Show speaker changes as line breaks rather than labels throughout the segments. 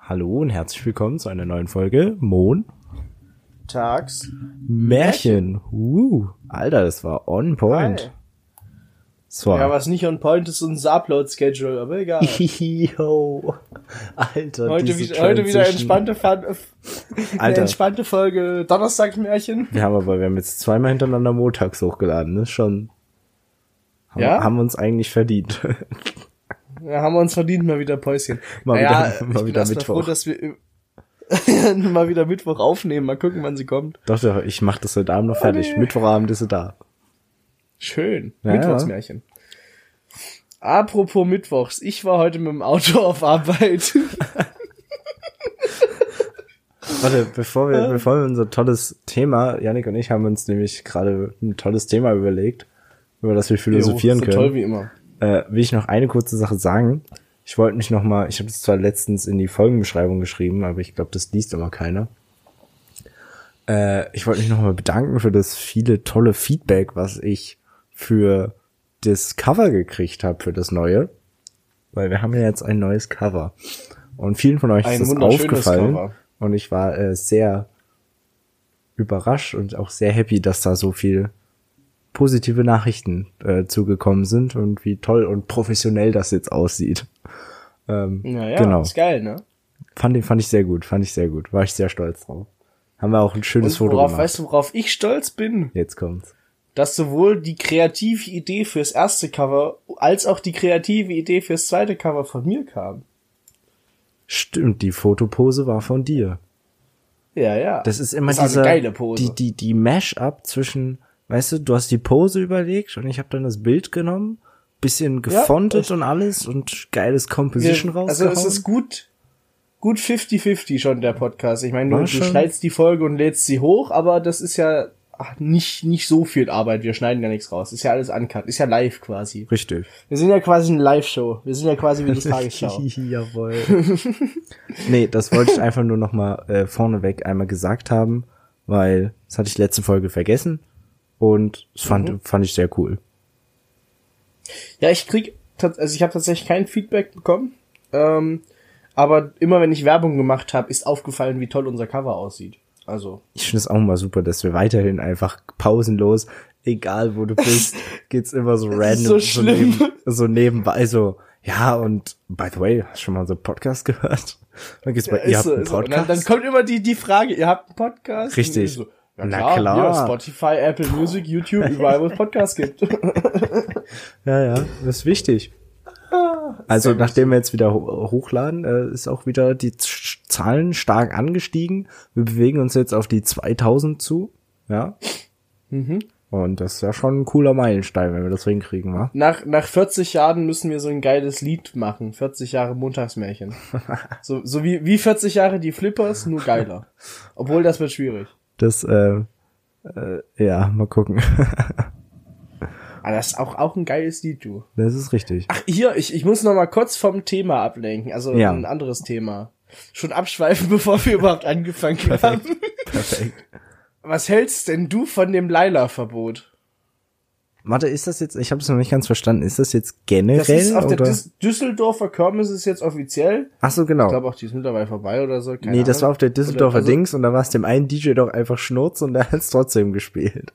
Hallo und herzlich willkommen zu einer neuen Folge Mon
Tags.
Märchen. Uh, Alter, das war on point.
Hi.
So.
Ja, was nicht on point ist, ist unser Upload-Schedule, aber egal.
Yo. Alter,
Heute,
diese
wieder- heute wieder
Transition.
entspannte, Fan äh, eine
Alter.
entspannte Folge Donnerstagsmärchen.
Wir haben aber, wir haben jetzt zweimal hintereinander montags hochgeladen, ne? Schon. Haben,
Ja?
haben uns eigentlich verdient.
Ja, haben wir uns verdient, mal wieder Päuschen.
Mal
naja,
wieder-
ich
mal
bin
wieder
erst mal
Mittwoch.
Froh, dass wir mal wieder Mittwoch aufnehmen, mal gucken, wann sie kommt.
Doch, doch, ich mach das heute Abend noch
Oh
fertig. Mittwochabend ist sie da.
Schön.
Ja,
Mittwochsmärchen. Apropos Mittwochs, ich war heute mit dem Auto auf Arbeit.
Warte, bevor wir,
Ähm.
bevor wir unser tolles Thema, Janik und ich haben uns nämlich gerade ein tolles Thema überlegt, über das wir philosophieren
so
können.
toll wie immer.
äh, will ich noch eine kurze Sache sagen. Ich wollte mich noch mal, ich habe das zwar letztens in die Folgenbeschreibung geschrieben, aber ich glaube, das liest immer keiner. Äh, ich wollte mich noch mal bedanken für das viele tolle Feedback, was ich für das Cover gekriegt habe für das neue, weil wir haben ja jetzt ein neues Cover und vielen von euch
Ein
ist das
wunderschönes
aufgefallen
Cover.
und ich war äh, sehr überrascht und auch sehr happy, dass da so viel positive Nachrichten äh, zugekommen sind und wie toll und professionell das jetzt aussieht. Ähm,
Naja,
genau.
ist geil, ne?
Fand, ich- fand ich sehr gut, fand ich sehr gut. War ich sehr stolz drauf. Haben wir auch ein schönes
Und
Foto
worauf,
gemacht.
weißt du, worauf ich stolz bin?
Jetzt kommt's.
dass sowohl die kreative Idee fürs erste Cover als auch die kreative Idee fürs zweite Cover von mir kam.
Stimmt, die Fotopose war von dir.
Ja, ja.
Das ist immer
war
diese
eine geile Pose.
die die die Mash-up zwischen, weißt du, du hast die Pose überlegt und ich habe dann das Bild genommen, bisschen gefontet und alles und geiles Composition
Wir- also
rausgehauen.
es ist gut gut 50-50 schon der Podcast. Ich meine,
War
du, du
schon-
schneidst die Folge und lädst sie hoch, aber das ist ja ach, nicht nicht so viel Arbeit. Wir schneiden ja nichts raus. Ist ja alles uncut. Ist ja live quasi.
Richtig.
Wir sind ja quasi eine Live-Show. Wir sind ja quasi wie die Tagesschau.
Jawohl. nee, das wollte ich einfach nur nochmal äh, vorneweg einmal gesagt haben, weil das hatte ich letzte Folge vergessen und das fand,
Mhm.
fand ich sehr cool.
Ja, ich krieg, tats- also ich habe tatsächlich kein Feedback bekommen, ähm, aber immer wenn ich Werbung gemacht habe, ist aufgefallen, wie toll unser Cover aussieht. Also
Ich finde es auch mal super, dass wir weiterhin einfach pausenlos, egal wo du bist, geht's immer so
ist
random,
so
neben,
schlimm.
so nebenbei, so, ja, und by the way, hast du schon mal so einen Podcast gehört? Dann geht's bei, ihr habt einen
Und dann,
Podcast?
äh, dann kommt immer die die Frage, ihr habt einen Podcast?
Richtig.
Und ich So, ja,
Na
klar,
klar.
Ja, Spotify, Apple Music, YouTube, überall wo es Podcasts gibt.
Ja, ja, das ist wichtig.
Ah,
Also nachdem wir jetzt wieder ho- hochladen, äh, ist auch wieder die Z- Zahlen stark angestiegen. Wir bewegen uns jetzt auf die 2000 zu, ja. Mhm. Und das ist ja schon ein cooler Meilenstein, wenn wir das hinkriegen, wa?
Nach, nach 40 Jahren müssen wir so ein geiles Lied machen. 40 Jahre Montagsmärchen. So, so wie, wie 40 Jahre die Flippers, nur geiler. Obwohl das wird schwierig.
Das, äh, äh, ja, mal gucken.
Aber das ist auch, auch ein geiles Lied, du.
Das ist richtig.
Ach, hier, ich, ich muss noch mal kurz vom Thema ablenken, also
Ja.
ein anderes Thema. Schon abschweifen, bevor wir überhaupt angefangen haben.
Perfekt.
Was hältst denn du von dem Laila-Verbot?
Warte, ist das jetzt, ich habe es noch nicht ganz verstanden, ist das jetzt generell
Das ist auf der
oder?
Düs Düsseldorfer Kirmes ist jetzt offiziell.
Ach so, genau.
Ich glaube auch, die ist mittlerweile vorbei oder so. Keine
nee, das war
Ahnung.
auf der Düsseldorfer
also-
Dings und da war es dem einen DJ doch einfach Schnurz und der hat's trotzdem gespielt.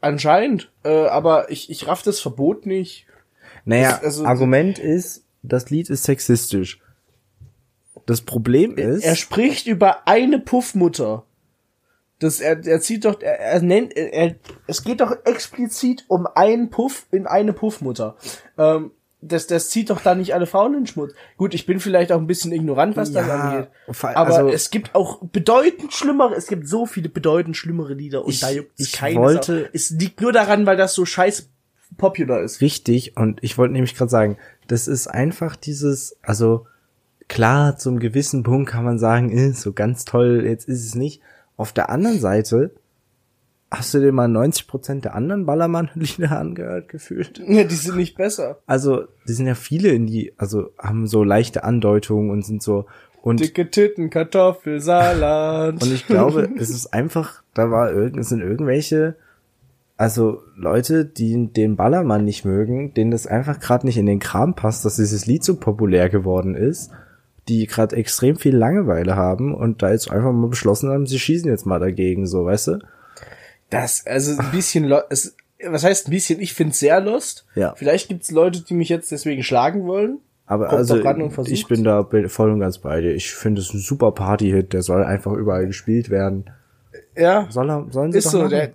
Anscheinend, äh, aber ich, ich raff das Verbot nicht.
Naja,
Das- also-
Argument ist, das Lied ist sexistisch. Das Problem ist,
Er spricht über eine Puffmutter. Das, er, er zieht doch, er, er nennt, er, er, es geht doch explizit um einen Puff in eine Puffmutter. Ähm, das, das zieht doch da nicht alle Frauen in den Schmutz. Gut, ich bin vielleicht auch ein bisschen ignorant, was das
Ja,
angeht.
vor-
Aber
also-
es gibt auch bedeutend schlimmere, es gibt so viele bedeutend schlimmere Lieder und
Ich-
da juckt
ich
es keine
wollte-
Sau. Es liegt nur daran, weil das so scheiß popular ist.
richtig, und ich wollte nämlich gerade sagen, das ist einfach dieses, also klar, zum gewissen Punkt kann man sagen, äh, so ganz toll, jetzt ist es nicht. Auf der anderen Seite, hast du dir mal 90% der anderen Ballermann-Lieder angehört, gefühlt?
Ja, die sind nicht besser.
Also, die sind ja viele in die, also haben so leichte Andeutungen und sind so, und
Dicke Titten, Kartoffelsalat.
Und ich glaube, es ist einfach, da war irgend, es sind irgendwelche, also Leute, die den Ballermann nicht mögen, denen das einfach gerade nicht in den Kram passt, dass dieses Lied so populär geworden ist, die gerade extrem viel Langeweile haben und da jetzt einfach mal beschlossen haben, sie schießen jetzt mal dagegen, so, weißt du?
Das, also ein bisschen, lo- es, was heißt ein bisschen? Ich find's sehr lost.
Ja.
Vielleicht gibt's Leute, die mich jetzt deswegen schlagen wollen.
Aber
Kommt
also
doch ran und versucht's.
ich bin da be- voll und ganz bei dir. Ich finde es ein super Party-Hit, der soll einfach überall gespielt werden.
Ja.
Soll er, sollen sie
Ist
doch
so,
machen.
der,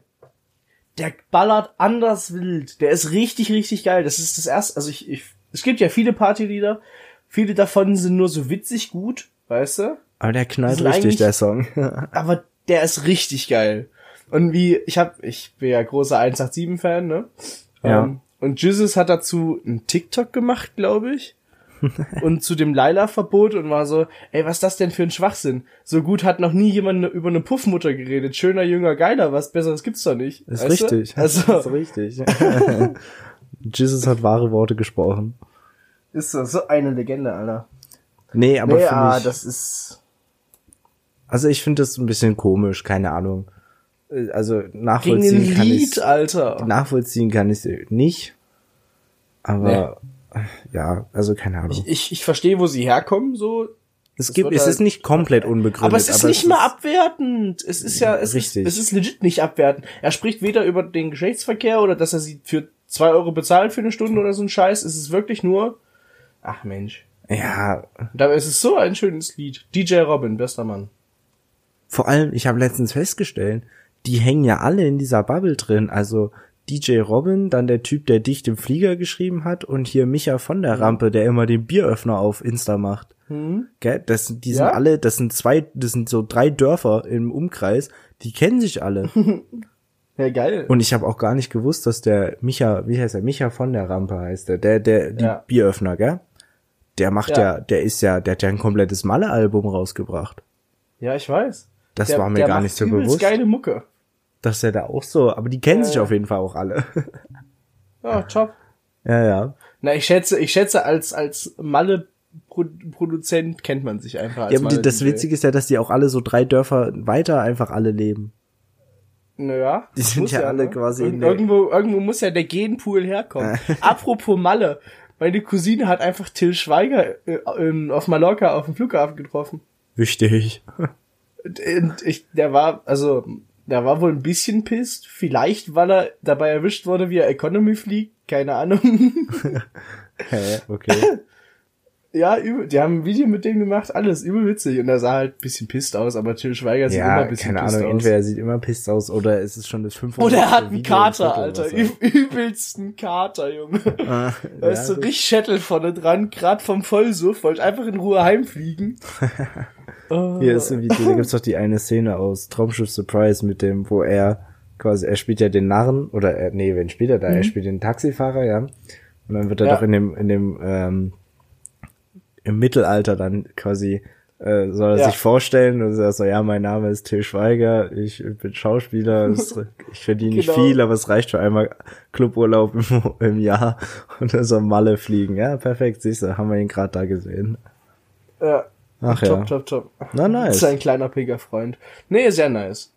der ballert anders wild. Der ist richtig, richtig geil. Das ist das erste, also ich, ich es gibt ja viele Partylieder. Viele davon sind nur so witzig gut, weißt du?
Aber der knallt
sind
richtig,
eigentlich-
der Song.
aber der ist richtig geil. Und wie, ich hab, ich bin ja großer 187-Fan, ne?
Ja.
Ähm, und Jesus hat dazu einen TikTok gemacht, glaube ich. und zu dem Laila-Verbot und war so, ey, was ist das denn für ein Schwachsinn? So gut hat noch nie jemand ne- über eine Puffmutter geredet. Schöner, jünger, geiler, was Besseres gibt's doch nicht.
Ist
Weißt du?
richtig. Ist
Also,
richtig. Jesus hat wahre Worte gesprochen.
ist so, so eine Legende, Alter.
Nee, aber
nee,
finde
ah,
ich,
das ist,
also ich finde das ein bisschen komisch, keine Ahnung. Äh, Also
gegen ein
nachvollziehen kann ich
Lied, Alter.
nachvollziehen kann ich nicht. Aber ja, also keine Ahnung.
Ich, ich verstehe, wo sie herkommen, so,
es gibt,
wird
es
halt-
ist nicht komplett unbegründet.
Aber es ist nicht mal abwertend. Es ist ja, es,
Richtig.
Ist, es ist legit nicht abwertend. Er spricht weder über den Geschlechtsverkehr oder dass er sie für zwei Euro bezahlt für eine Stunde oder so ein Scheiß. Es ist wirklich nur, ach Mensch.
Ja,
Und dabei ist es so ein schönes Lied. DJ Robin, bester Mann.
vor allem, ich habe letztens festgestellt, die hängen ja alle in dieser Bubble drin. Also DJ Robin, dann der Typ, der dicht im Flieger geschrieben hat und hier Micha von
Mhm.
der Rampe, der immer den Bieröffner auf Insta macht. Gell? Das, sind- die sind
Ja?
alle, das sind zwei, das sind so drei Dörfer im Umkreis, die kennen sich alle.
Ja, geil.
Und ich habe auch gar nicht gewusst, dass der Micha, wie heißt er, Micha von der Rampe heißt der, der, der, die
Ja.
Bieröffner, gell? Der macht ja.
Ja.
der ist ja, der hat ja ein komplettes Malle-Album rausgebracht.
ja, ich weiß.
Das war mir gar
macht
nicht so
übelst
bewusst.
geile Mucke.
Das ist ja da auch so, aber die kennen sich
Ja.
auf jeden Fall auch alle.
Ja, top.
ja, ja.
Na, ich schätze, ich schätze, als, als Malle-Produzent kennt man sich einfach. Als
ja aber die, das
Malle-DJ.
Witzige ist ja, dass die auch alle so drei Dörfer weiter einfach alle leben.
Naja.
Die sind
muss
ja alle
ne?
quasi
Ir
in der-
irgendwo, irgendwo muss ja der Genpool herkommen. Apropos Malle. Meine Cousine hat einfach Till Schweiger äh, ähm, auf Mallorca auf dem Flughafen getroffen.
Wichtig.
Und, und ich, der war, also, der war wohl ein bisschen pisst. Vielleicht, weil er dabei erwischt wurde, wie er Economy fliegt. Keine Ahnung.
Hä, okay.
ja, übel, die haben ein Video mit dem gemacht. Alles übel witzig. Und er sah halt ein bisschen pisst aus, aber Till Schweiger sieht immer
ja,
ein bisschen
keine
pisst
Ahnung,
aus.
entweder sieht immer pisst aus oder ist es schon das 500.
Oder er hat einen
Video im
Kater,
Viertel
Alter.
oder so.
Üb übelsten Kater, Junge.
Ah,
Da ist so
ja,
richtig Schädel vorne dran, grad vom Vollsuff, wollte einfach in Ruhe heimfliegen. Äh,
Hier ist irgendwie, da gibt's doch die eine Szene aus Traumschiff Surprise mit dem, wo er quasi, er spielt ja den Narren, oder er, nee, wen spielt er da? Er spielt den Taxifahrer, ja. Und dann wird er
Mhm. Ja.
doch in dem, in dem, ähm, im Mittelalter dann quasi, äh, soll er
Ja.
sich vorstellen und sagt so, ja, mein Name ist Till Schweiger, ich bin Schauspieler, es, ich verdiene nicht
Genau.
viel, aber es reicht für einmal Cluburlaub im, im Jahr und dann soll Malle fliegen. Ja, perfekt, siehst du, haben wir ihn gerade da gesehen.
ja.
Ach
top,
ja.
top, top.
Na, nice.
Ist ein kleiner pinker Freund. Nee, sehr nice.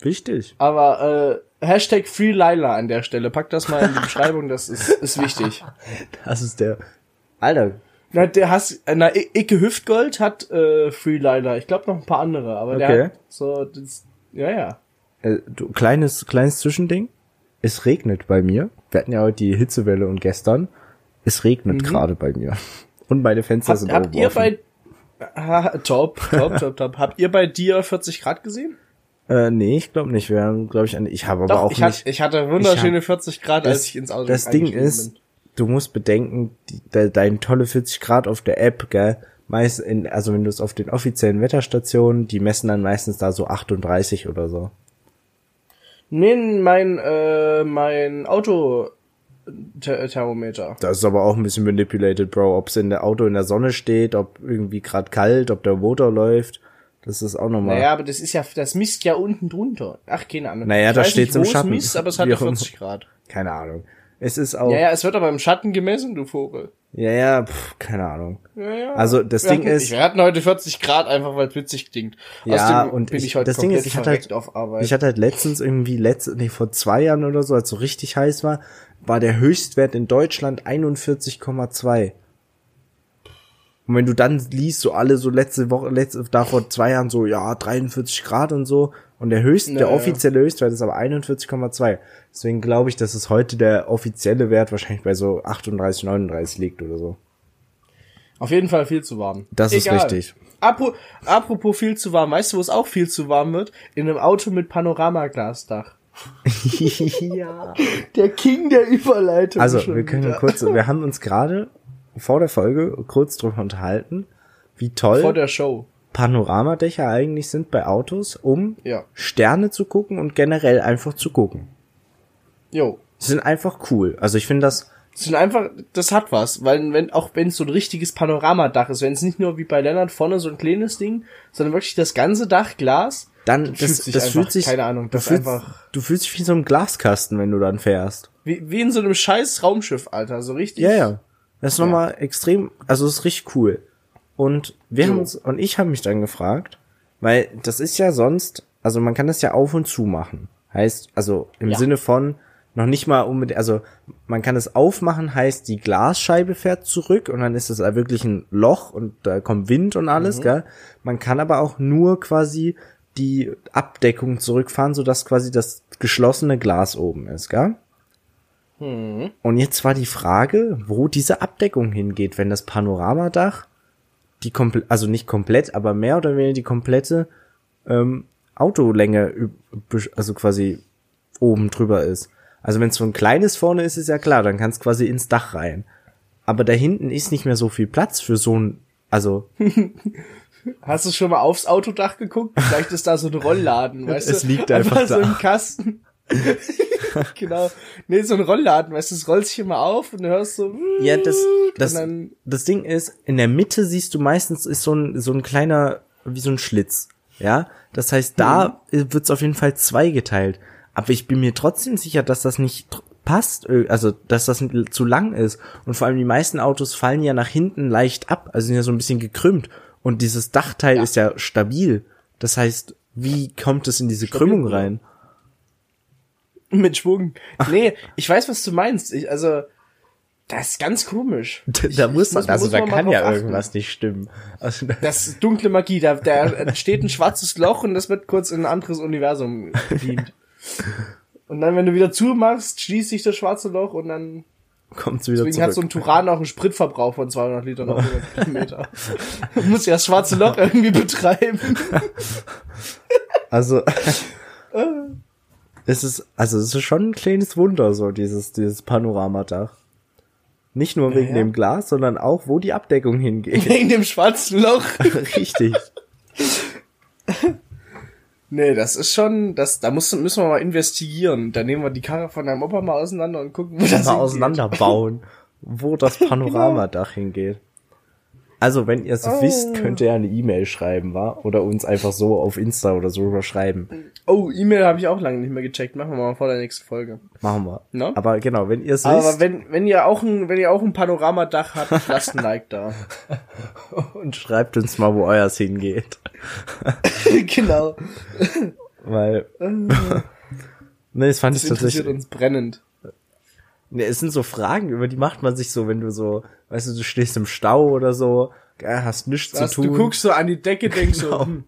Wichtig.
Aber äh, Hashtag Free Lila an der Stelle. Pack das mal in die Beschreibung, das ist, ist wichtig.
Das ist der. Alter,
Na, der hast, äh, na, I- Icke Hüftgold hat äh, Free Lila. Ich glaube noch ein paar andere, aber
Okay.
der hat so, das, ja, ja.
äh, du, kleines, kleines Zwischending. Es regnet bei mir. Wir hatten ja heute die Hitzewelle und gestern. Es regnet gerade bei mir. Und meine Fenster
Mhm. Habt,
sind
habt
oben
ihr
offen.
bei Ah, top, top, top, top. Habt ihr bei dir 40 Grad gesehen?
Äh, nee, ich glaube nicht. Wir haben, glaube ich, an. Ich habe aber auch
ich,
nicht.
Hatte, ich hatte wunderschöne
Ich
40 Grad, als ich ins Auto
das Ding
eingestiegen
ist,
bin.
du musst bedenken, die, de, dein tolle 40 Grad auf der App, gell? Meist in, also wenn du es auf den offiziellen Wetterstationen, die messen dann meistens da so 38 oder so.
Nee, mein, äh, mein äh, Autothermometer.
Das ist aber auch ein bisschen manipulated, Bro. Ob es in der Auto in der Sonne steht, ob irgendwie gerade kalt, ob der Motor läuft. Das ist auch nochmal.
Naja, aber das ist ja, das misst ja unten drunter. Ach, keine Ahnung.
Naja,
Ich
da
weiß
steht's
nicht,
im
wo es
Schatten.
misst, aber es
Wie
hatte
auch immer.
40 Grad.
Keine Ahnung. Es ist auch.
Ja, ja, es wird aber im Schatten gemessen, du Vogel.
Ja, ja, pf, keine Ahnung.
Ja, ja.
Also das
wir
Ding
hatten,
ist,
wir hatten heute 40 Grad, einfach weil es witzig klingt.
Ja,
Außerdem
und
bin
ich-
ich, heute
das Ding
komplett
ist, ich hatte halt-
verreckt auf Arbeit.
ich hatte halt letztens irgendwie letzt, nee, vor zwei Jahren oder so, als es so richtig heiß war, war der Höchstwert in Deutschland 41,2. Und wenn du dann liest, so alle so letzte Woche, letzte, da vor zwei Jahren so, ja, 43 Grad und so. Und der höchste, der
Naja.
offizielle Höchstwert ist aber 41,2. Deswegen glaube ich, dass es heute der offizielle Wert wahrscheinlich bei so 38, 39 liegt oder so.
Auf jeden Fall viel zu warm.
Das ist richtig.
Apro apropos viel zu warm, weißt du, wo es auch viel zu warm wird? In einem Auto mit Panoramaglasdach.
ja.
Der King der Überleitung.
Also,
schon
wir können
wieder.
kurz, wir haben uns gerade vor der Folge kurz drüber unterhalten, wie toll
vor der Show.
Panoramadächer eigentlich sind bei Autos, um
Ja.
Sterne zu gucken und generell einfach zu gucken.
Jo.
Sie sind einfach cool. Also ich finde das,
Das sind einfach, das hat was, weil wenn auch wenn es so ein richtiges Panoramadach ist, wenn es nicht nur wie bei Lennart vorne so ein kleines Ding, sondern wirklich das ganze Dach Glas,
dann, das,
fühlt
das,
sich einfach-
fühlt sich,
keine Ahnung,
du
das
fühlst,
einfach-
du fühlst dich wie in so einem Glaskasten, wenn du dann fährst.
wie, wie in so einem scheiß Raumschiff, Alter, so richtig.
Ja, ja. Das ist nochmal extrem, also das ist richtig cool. Und wir
Jo.
haben uns, und ich habe mich dann gefragt, weil das ist ja sonst, also man kann das ja auf und zu machen. Heißt, also im
Ja.
Sinne von noch nicht mal unbedingt, also man kann es aufmachen, heißt die Glasscheibe fährt zurück und dann ist es wirklich ein Loch und da kommt Wind und
Mhm.
alles, gell? Man kann aber auch nur quasi die Abdeckung zurückfahren, sodass quasi das geschlossene Glas oben ist, gell? Und jetzt war die Frage, wo diese Abdeckung hingeht, wenn das Panoramadach die komple also nicht komplett, aber mehr oder weniger die komplette ähm, Autolänge, üb- besch- also quasi oben drüber ist. Also wenn es so ein kleines vorne ist, ist ja klar, dann kann es quasi ins Dach rein. Aber da hinten ist nicht mehr so viel Platz für so ein, also
Hast du schon mal aufs Autodach geguckt? Vielleicht ist da so ein Rollladen, weißt
Es
du?
liegt einfach
so
da.
ein Kasten. genau. Nee, so ein Rollladen, weißt du, es rollt sich immer auf und du hörst so.
ja das das,
und dann,
das Ding ist, in der Mitte siehst du meistens ist so ein so ein kleiner wie so ein Schlitz, ja. Das heißt, da wird es auf jeden Fall zweigeteilt. Aber ich bin mir trotzdem sicher, dass das nicht tr- passt, äh, also dass das n- zu lang ist. Und vor allem die meisten Autos fallen ja nach hinten leicht ab, also sind ja so ein bisschen gekrümmt. Und dieses Dachteil ist ja stabil. Das heißt, wie kommt es in diese Krümmung rein?
mit Schwung. Nee, ich weiß, was du meinst. Ich, also, das ist ganz komisch.
Da,
Ich- ich muss- muss man mal drauf achten.
nicht stimmen. Also, da-
Das ist dunkle Magie, da, da entsteht ein schwarzes Loch und das wird kurz in ein anderes Universum beamt. Und dann, wenn du wieder zumachst, schließt sich das schwarze Loch und dann
kommt's wieder
Deswegen hat so ein Turan auch einen Spritverbrauch von 200 Litern auf 100 Kilometer. Muss ja das schwarze Loch irgendwie betreiben.
Also, es ist, also es ist schon ein kleines Wunder, so dieses, dieses Panoramadach. Nicht nur wegen
ja.
dem Glas, sondern auch, wo die Abdeckung hingeht.
Wegen dem schwarzen Loch.
Richtig.
Nee, das ist schon, das, da muss, müssen wir mal investigieren. Da nehmen wir die Karre von deinem Opa mal auseinander und gucken, wo das
Mal
hingeht. Genau.
auseinanderbauen, wo das Panoramadach hingeht. Also, wenn ihr es
Ah.
wisst, könnt ihr ja eine E-Mail schreiben, wa? Oder uns einfach so auf Insta oder so überschreiben.
Oh, E-Mail habe ich auch lange nicht mehr gecheckt. Machen wir mal vor der nächsten Folge.
Machen wir.
Ne?
Aber genau, wenn ihr es
Aber
wisst
wenn, wenn ihr auch ein, wenn ihr auch ein Panoramadach habt, lasst ein Like da.
und schreibt uns mal, wo euers hingeht.
genau.
Weil. ne, das fand
Ah. Das
ich
interessiert
tatsächlich.
uns brennend.
Ne, es sind so Fragen, über die macht man sich so, wenn du so, weißt du, du stehst im Stau oder so, gell, hast nichts
Das,
zu tun. Genau.
du guckst so an die Decke, denkst so, hm,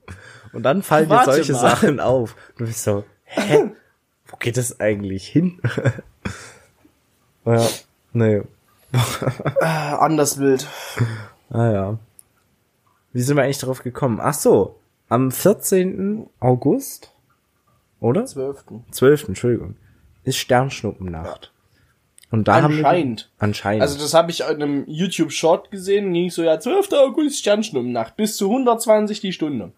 und dann fallen dir
Warte
solche
mal. Hm.
Sachen auf. Du bist so, hä? Wo geht das eigentlich hin? ja, nee.
ah, anders wild.
Ah ja. Wie sind wir eigentlich drauf gekommen? Ach so, am 14. August, oder?
Zwölften.
12. Entschuldigung, ist Sternschnuppennacht. Und da
Anscheinend.
haben wir, anscheinend.
Also das habe ich in einem YouTube-Short gesehen, ging so, ja, 12. August, Sternschnuppennacht, bis zu 120 die Stunde.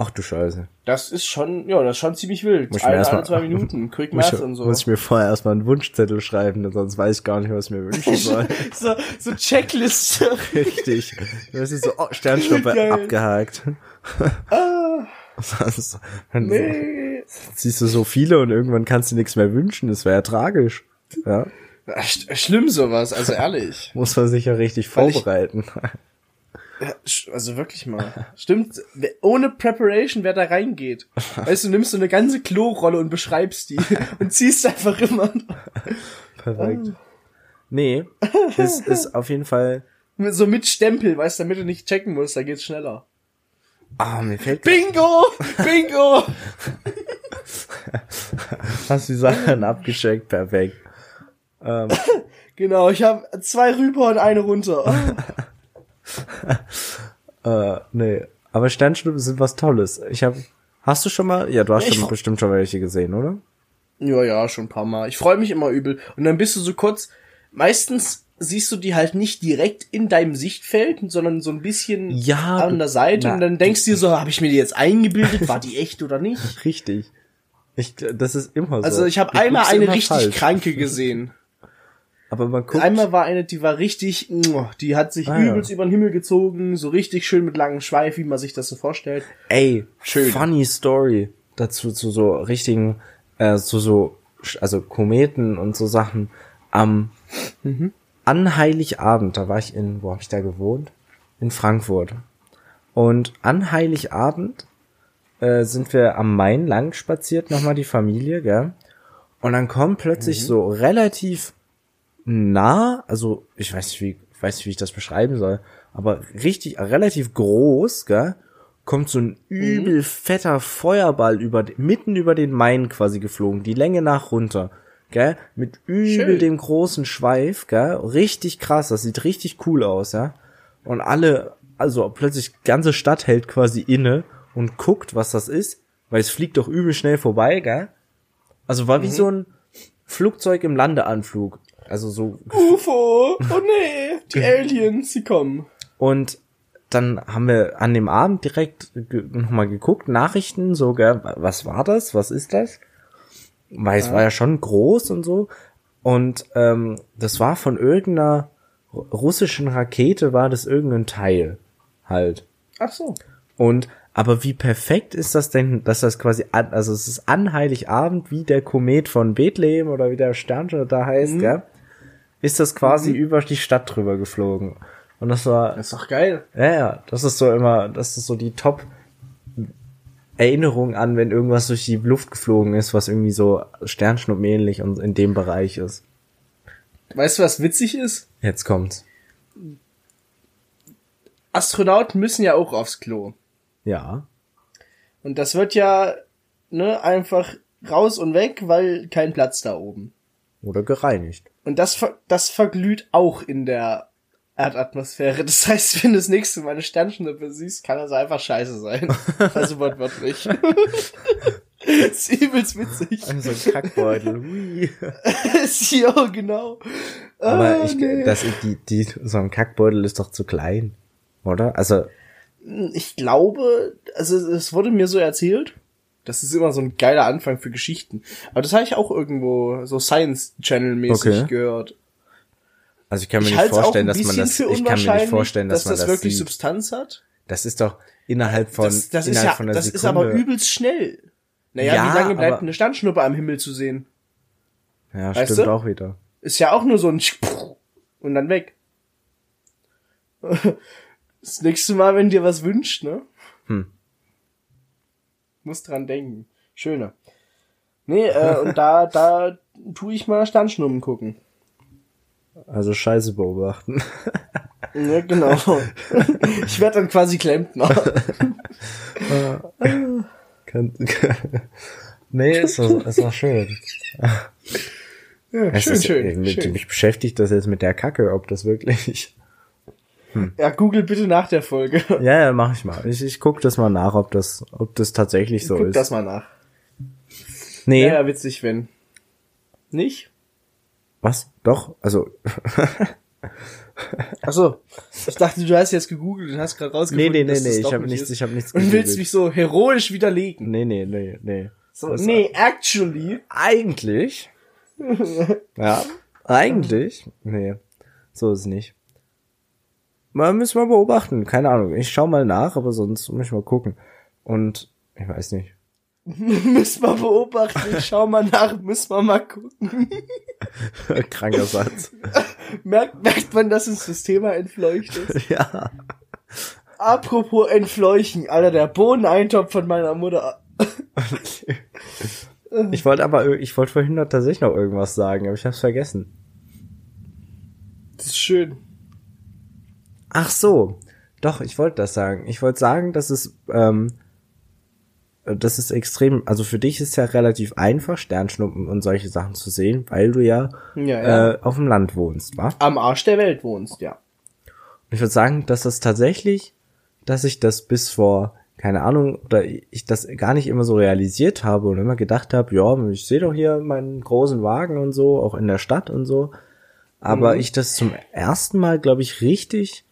Ach du Scheiße.
Das ist schon, ja, das ist schon ziemlich wild.
Muss ich mir
alle,
erst
alle
mal-
zwei Minuten, Quick
Muss
Math
ich,
und so.
muss ich mir vorher erstmal einen Wunschzettel schreiben, denn sonst weiß ich gar nicht, was ich mir wünschen soll.
so, so Checkliste.
Richtig. Das ist so, oh, Sternschnuppe
Geil. Ah.
abgehakt. Sonst- dann
nee.
siehst du so viele und irgendwann kannst du nichts mehr wünschen. Das wäre ja tragisch. Ja,
Sch- Schlimm sowas, also ehrlich.
muss man sich ja richtig
Weil ich-
vorbereiten.
Ja, sch- Also wirklich mal. Stimmt, wer- ohne Preparation, wer da reingeht. Weißt du, nimmst du eine ganze Klorolle und beschreibst die und ziehst einfach immer. Ah.
Perfekt. Nee, es ist auf jeden Fall
So mit Stempel, weißt du, damit du nicht checken musst, da geht's schneller.
Ah, mir fällt
Bingo! Bingo!
Hast die Sachen abgecheckt, perfekt.
genau, ich habe zwei rüber und eine runter.
Äh, nee. Aber Sternschnuppen sind was Tolles. Ich habe. Hast du schon mal? Ja, du hast
Ich-
schon bestimmt schon welche gesehen, oder?
ja, ja, schon ein paar Mal. Ich freue mich immer übel. Und dann bist du so kurz, meistens siehst du die halt nicht direkt in deinem Sichtfeld, sondern so ein bisschen
Ja, du-
an der Seite.
na,
und dann denkst du dir so, habe ich mir die jetzt eingebildet? War die echt oder nicht?
Richtig. Ich, das ist immer so.
Also ich habe
Du
einmal
guckst
eine
immer
richtig
falsch.
kranke gesehen.
Aber man guckt.
Einmal war eine, die war richtig, mwah, die hat sich
Ah, ja.
übelst über den Himmel gezogen, so richtig schön mit langem Schweif, wie man sich das so vorstellt.
Ey,
Schön.
funny story dazu zu so richtigen, äh, zu so, sch- also Kometen und so Sachen. Am an Heiligabend, da war ich in, wo habe ich da gewohnt? In Frankfurt. Und an Heiligabend äh, sind wir am Main lang spaziert, nochmal die Familie, gell? Und dann kommen plötzlich so relativ nah, also ich weiß nicht, wie, ich weiß nicht, wie ich das beschreiben soll, aber richtig, relativ groß, gell, kommt so ein übel fetter Feuerball über, mitten über den Main quasi geflogen, die Länge nach runter, gell, mit übel
Schön.
dem großen Schweif, gell, richtig krass, das sieht richtig cool aus, ja. Und alle, also plötzlich ganze Stadt hält quasi inne und guckt, was das ist, weil es fliegt doch übel schnell vorbei, gell. Also war wie so ein Flugzeug im Landeanflug. Also so.
UFO! Oh nee! Die Aliens, sie kommen.
Und dann haben wir an dem Abend direkt nochmal geguckt, Nachrichten, so, gell, was war das? Was ist das? Weil es war ja schon groß und so. Und ähm, das war von irgendeiner ru- russischen Rakete, war das irgendein Teil halt.
Ach so.
Und aber wie perfekt ist das denn, dass das quasi an, also es ist an Heiligabend wie der Komet von Bethlehem oder wie der Sternschnuppe da heißt, gell? Ist das quasi über die Stadt drüber geflogen. Und Mhm. das war,
Das ist doch geil.
ja, ja, das ist so immer, das ist so die Top Erinnerung an, wenn irgendwas durch die Luft geflogen ist, was irgendwie so Sternschnuppenähnlich und in dem Bereich ist.
Weißt du, was witzig ist?
Jetzt kommt's.
Astronauten müssen ja auch aufs Klo.
Ja.
Und das wird ja, ne, einfach raus und weg, weil kein Platz da oben.
Oder gereinigt.
Und das, ver- das verglüht auch in der Erdatmosphäre. Das heißt, wenn du das nächste Mal eine Sternschnuppe siehst, kann das einfach scheiße sein. Also wortwörtlich. ist übelst witzig.
So Also ein Kackbeutel. Hui.
ja, genau.
Aber
Ah,
ich,
nee.
das, die, die, so ein Kackbeutel ist doch zu klein, oder? Also,
ich glaube, also es wurde mir so erzählt. Das ist immer so ein geiler Anfang für Geschichten. Aber das habe ich auch irgendwo so Science Channel mäßig
Okay.
gehört.
also ich kann mir
Ich
nicht
halte es auch
vorstellen,
ein
dass man
bisschen
das,
für
ich kann mir nicht
unwahrscheinlich,
vorstellen, dass, man
dass das wirklich
sieht.
Substanz hat.
Das ist doch innerhalb von,
Das, das ist
innerhalb
ja,
von einer
das
Sekunde.
ist aber übelst schnell. Naja,
Ja,
wie lange bleibt
aber-
eine Sternschnuppe am Himmel zu sehen?
Ja,
weißt
stimmt
du?
auch wieder.
Ist ja auch nur so ein Schpuh und dann weg. Das nächste Mal, wenn dir was wünscht, ne? Hm. Muss dran denken. Schöner. Nee, äh, und da, da tu ich mal Sternschnuppen gucken.
Also Scheiße beobachten.
Ja, genau. Ich werde dann quasi Klempner.
Kann- nee, ist doch, ist doch schön.
Ja,
Es
schön,
ist,
schön,
irgendwie-
schön.
Mich beschäftigt das jetzt mit der Kacke, ob das wirklich...
Ja, google bitte nach der Folge.
Ja, ja, mach ich mal. Ich, ich guck das mal nach, ob das, ob das tatsächlich so
Guck
ist.
das mal nach.
nee,
Ja, ja, witzig, wenn. Nicht?
was? Doch? Also,
Ach so. Ich dachte, du hast jetzt gegoogelt und hast gerade rausgefunden,
Nee, nee, nee,
dass das
nee, ich
doch
hab
nicht
nichts-
ist.
ich hab nichts
Und willst
gegoogelt.
mich so heroisch widerlegen.
nee, nee, nee, nee.
So,
Das-
nee, actually.
Eigentlich. ja, eigentlich. Nee, so ist es nicht. Man müssen wir beobachten. Keine Ahnung. Ich schau mal nach, aber sonst muss ich mal gucken. Und ich weiß nicht.
Müssen wir beobachten, schau mal nach, müssen wir mal gucken.
Kranker Satz.
Merkt, merkt man, dass uns das Thema entfleucht ist.
ja.
Apropos entfleuchen, Alter, der Bohneneintopf von meiner Mutter.
Ich wollte aber, ir- ich wollte vorhin noch tatsächlich noch irgendwas sagen, aber ich hab's vergessen.
Das ist schön.
Ach so, doch, ich wollte das sagen. Ich wollte sagen, dass es, ähm, das ist extrem, also für dich ist ja relativ einfach, Sternschnuppen und solche Sachen zu sehen, weil du ja,
Ja, ja.
Äh, auf dem Land wohnst, wa?
Am Arsch der Welt wohnst, ja.
Und ich würde sagen, dass das tatsächlich, dass ich das bis vor, keine Ahnung, oder ich das gar nicht immer so realisiert habe und immer gedacht habe, ja, ich sehe doch hier meinen großen Wagen und so, auch in der Stadt und so. Aber ich das zum ersten Mal, glaube ich, richtig,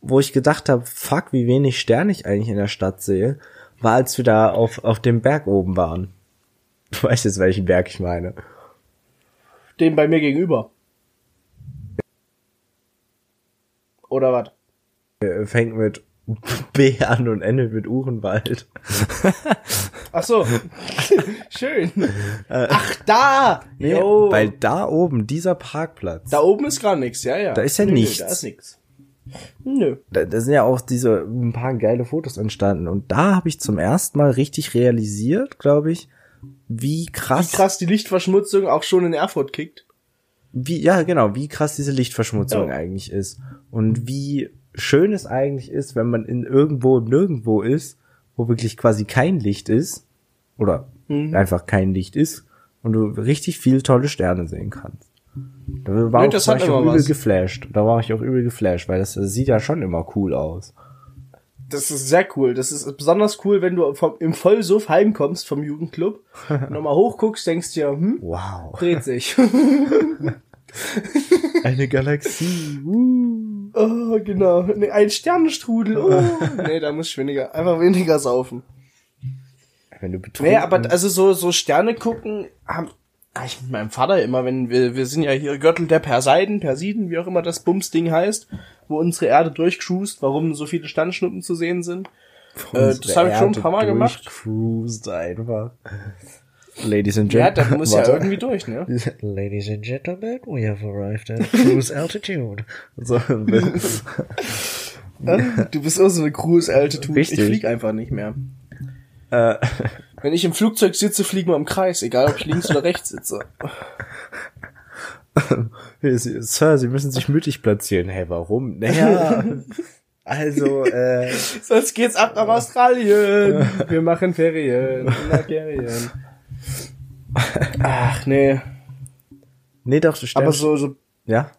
wo ich gedacht habe, fuck, wie wenig Sterne ich eigentlich in der Stadt sehe, war, als wir da auf, auf dem Berg oben waren. Du weißt jetzt, welchen Berg ich meine.
Dem bei mir gegenüber. Oder was?
Äh, Fängt mit B an und endet mit Uhrenwald.
Ach so. Schön. Ach, da! Jo.
Äh. Weil da oben, dieser Parkplatz,
da oben ist gar nichts, ja, ja.
Da ist ja
nö,
nichts.
Nö, da ist nichts. Nö.
da, da sind ja auch diese ein paar geile Fotos entstanden. Und da habe ich zum ersten Mal richtig realisiert, glaube ich, wie krass,
Wie krass die Lichtverschmutzung auch schon in Erfurt kickt.
wie, ja genau, wie krass diese Lichtverschmutzung
Ja.
eigentlich ist. Und wie schön es eigentlich ist, wenn man in irgendwo und nirgendwo ist, wo wirklich quasi kein Licht ist. Oder
Mhm.
einfach kein Licht ist und du richtig viel tolle Sterne sehen kannst. Da war,
Nee,
auch,
das
war
hat
ich auch
immer
übel
was.
geflasht. Da war ich auch übel geflasht, weil das, das sieht ja schon immer cool aus.
Das ist sehr cool. Das ist besonders cool, wenn du vom, im Vollsuff heimkommst vom Jugendclub, nochmal hochguckst, denkst dir, hm,
Wow.
dreht sich.
Eine Galaxie.
oh, genau. Nee, ein Sternenstrudel. Oh. Nee, da muss ich weniger, einfach weniger saufen.
Wenn du betrunken
Nee, aber also so, so Sterne gucken haben hab ich mit meinem Vater immer, wenn wir, wir sind ja hier Gürtel der Perseiden, Persiden, wie auch immer das Bumsding heißt, wo unsere Erde durchcruist, warum so viele Sternschnuppen zu sehen sind.
unsere
äh, das hab ich schon ein
Erde
paar Mal gemacht.
durchcruised einfach. Ladies and
Ja,
Gentlemen.
da muss ja
Warte.
irgendwie durch, ne?
Ladies and Gentlemen, we have arrived at cruise altitude. so,
Du bist auch so eine cruise altitude
Richtig.
Ich flieg einfach nicht mehr. Äh, Wenn ich im Flugzeug sitze, fliegen wir im Kreis, egal ob ich links oder rechts sitze.
Sie- Sir, Sie müssen sich mütig platzieren. Hey, warum? Naja, also, äh,
Sonst geht's ab nach Australien. Wir machen Ferien in Algerien. Ach nee.
nee, doch, Stern,
Aber so, so
ja,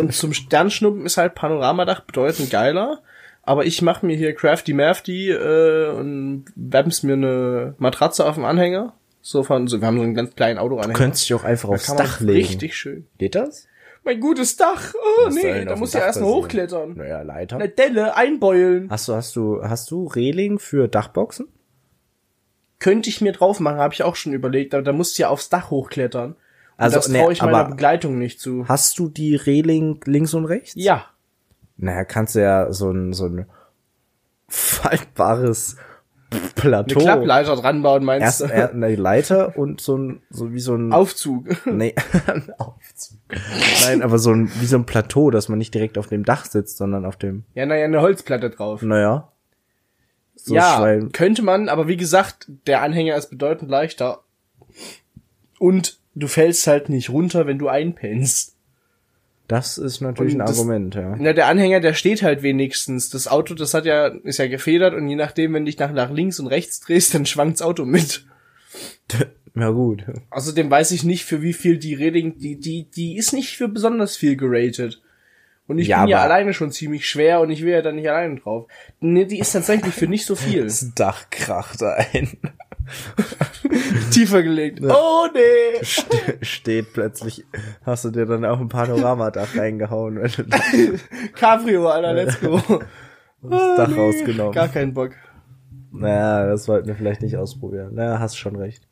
und zum Sternschnuppen ist halt Panoramadach bedeutend geiler. Aber ich mache mir hier Crafty Mafty äh, und wärm's mir eine Matratze auf dem Anhänger. So von, so, wir haben so einen ganz kleinen Autoanhänger.
könntest dich auch einfach aufs
Kann man
Dach legen.
Richtig schön.
Geht das?
Mein gutes Dach. Oh, nee, da muss ich ja erst mal
mal
hochklettern.
Naja, Leiter.
Eine Delle einbeulen.
Hast du, hast du, hast du Reling für Dachboxen?
Könnte ich mir drauf machen, habe ich auch schon überlegt, aber da musst du ja aufs Dach hochklettern. Und
Also,
das
nee,
traue ich meiner
aber-
Begleitung nicht zu.
Hast du die Reling links und rechts?
Ja.
Naja, kannst du ja so ein, so ein faltbares
Eine
Plateau.
Klappleiter dran bauen,
Erst
meinst du?
er- eine Leiter und so ein, so wie so ein,
Aufzug.
nee, ein Aufzug. Nein, aber so ein, wie so ein Plateau, dass man nicht direkt auf dem Dach sitzt, sondern auf dem,
Ja, naja, eine Holzplatte drauf.
naja. Hm, So
ja,
Schwein-
könnte man, aber wie gesagt, der Anhänger ist bedeutend leichter. Und du fällst halt nicht runter, wenn du einpennst.
Das ist natürlich ein
Und das-
Argument, ja.
Na, der Anhänger, der steht halt wenigstens. Das Auto, das hat ja, ist ja gefedert und je nachdem, wenn dich nach, nach links und rechts drehst, dann schwankt's Auto mit.
Ja, gut.
Außerdem weiß ich nicht, für wie viel die Reding, die, die, die ist nicht für besonders viel geratet. Und ich
Ja,
bin ja
aber-
alleine schon ziemlich schwer und ich will ja da nicht alleine drauf. Nee, die ist tatsächlich für nicht so viel.
Das Dach kracht ein.
Tiefer gelegt. Oh nee!
Ste steht plötzlich, hast du dir dann auch ein Panoramadach reingehauen, wenn du das
Cabrio, Alter, let's go.
Dach rausgenommen.
Oh, Gar keinen Bock.
Naja, das sollten wir vielleicht nicht ausprobieren. Naja, hast schon recht.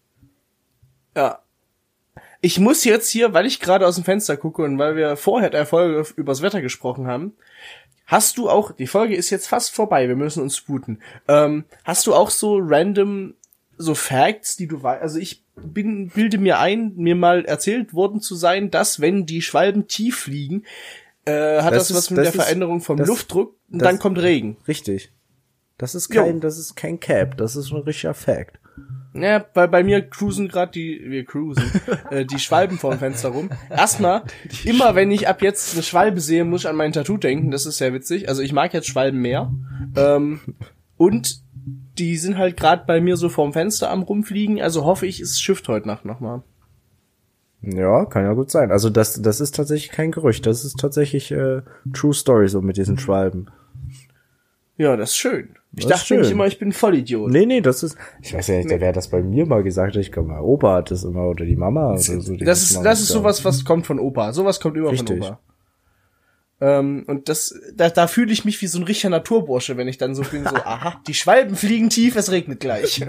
Ja. Ich muss jetzt hier, weil ich gerade aus dem Fenster gucke und weil wir vorher der Folge übers Wetter gesprochen haben, hast du auch, die Folge ist jetzt fast vorbei, wir müssen uns sputen. Ähm, hast du auch so random, so Facts, die du weißt, also ich bin, bilde mir ein, mir mal erzählt worden zu sein, dass wenn die Schwalben tief fliegen, äh, hat
Das
das,
ist-
was mit
das
der
ist-
Veränderung vom
das-
Luftdruck und
das-
dann kommt Regen.
Richtig. Das ist
Jo.
kein, das ist kein Cap, das ist ein richtiger Fact.
Ja, weil bei mir cruisen gerade die, wir cruisen, äh, die Schwalben vorm Fenster rum. Erstmal, immer wenn ich ab jetzt eine Schwalbe sehe, muss ich an mein Tattoo denken, das ist sehr witzig. Also ich mag jetzt Schwalben mehr. Ähm, und die sind halt gerade bei mir so vorm Fenster am rumfliegen, also hoffe ich, es schifft heute Nacht nochmal.
Ja, kann ja gut sein. Also das, das ist tatsächlich kein Gerücht. Das ist tatsächlich äh, True Story so mit diesen Schwalben.
Ja, das ist schön. Ich
Das ist
dachte nämlich
schön.
immer, ich bin Vollidiot.
Nee, nee, das ist. Ich weiß ja nicht, wer das bei mir mal gesagt hat. Ich glaube, mein Opa hat das immer oder die Mama oder so. Die
Das
hat
ist,
mal
das ist
gesagt.
sowas, was kommt von Opa. Sowas kommt immer von
Richtig.
Opa. Ähm, und das, da, da fühle ich mich wie so ein richtiger Naturbursche, wenn ich dann so bin, so, aha, die Schwalben fliegen tief, es regnet gleich.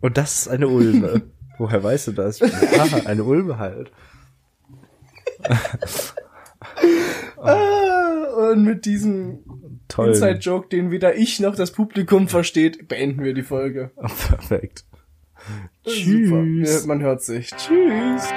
Und das ist eine Ulme. Woher weißt du das? Aha, eine Ulme halt.
und mit diesem
Toll.
Inside-Joke, den weder ich noch das Publikum versteht, beenden wir die Folge.
Perfekt.
Super.
Tschüss.
Man hört sich. Tschüss.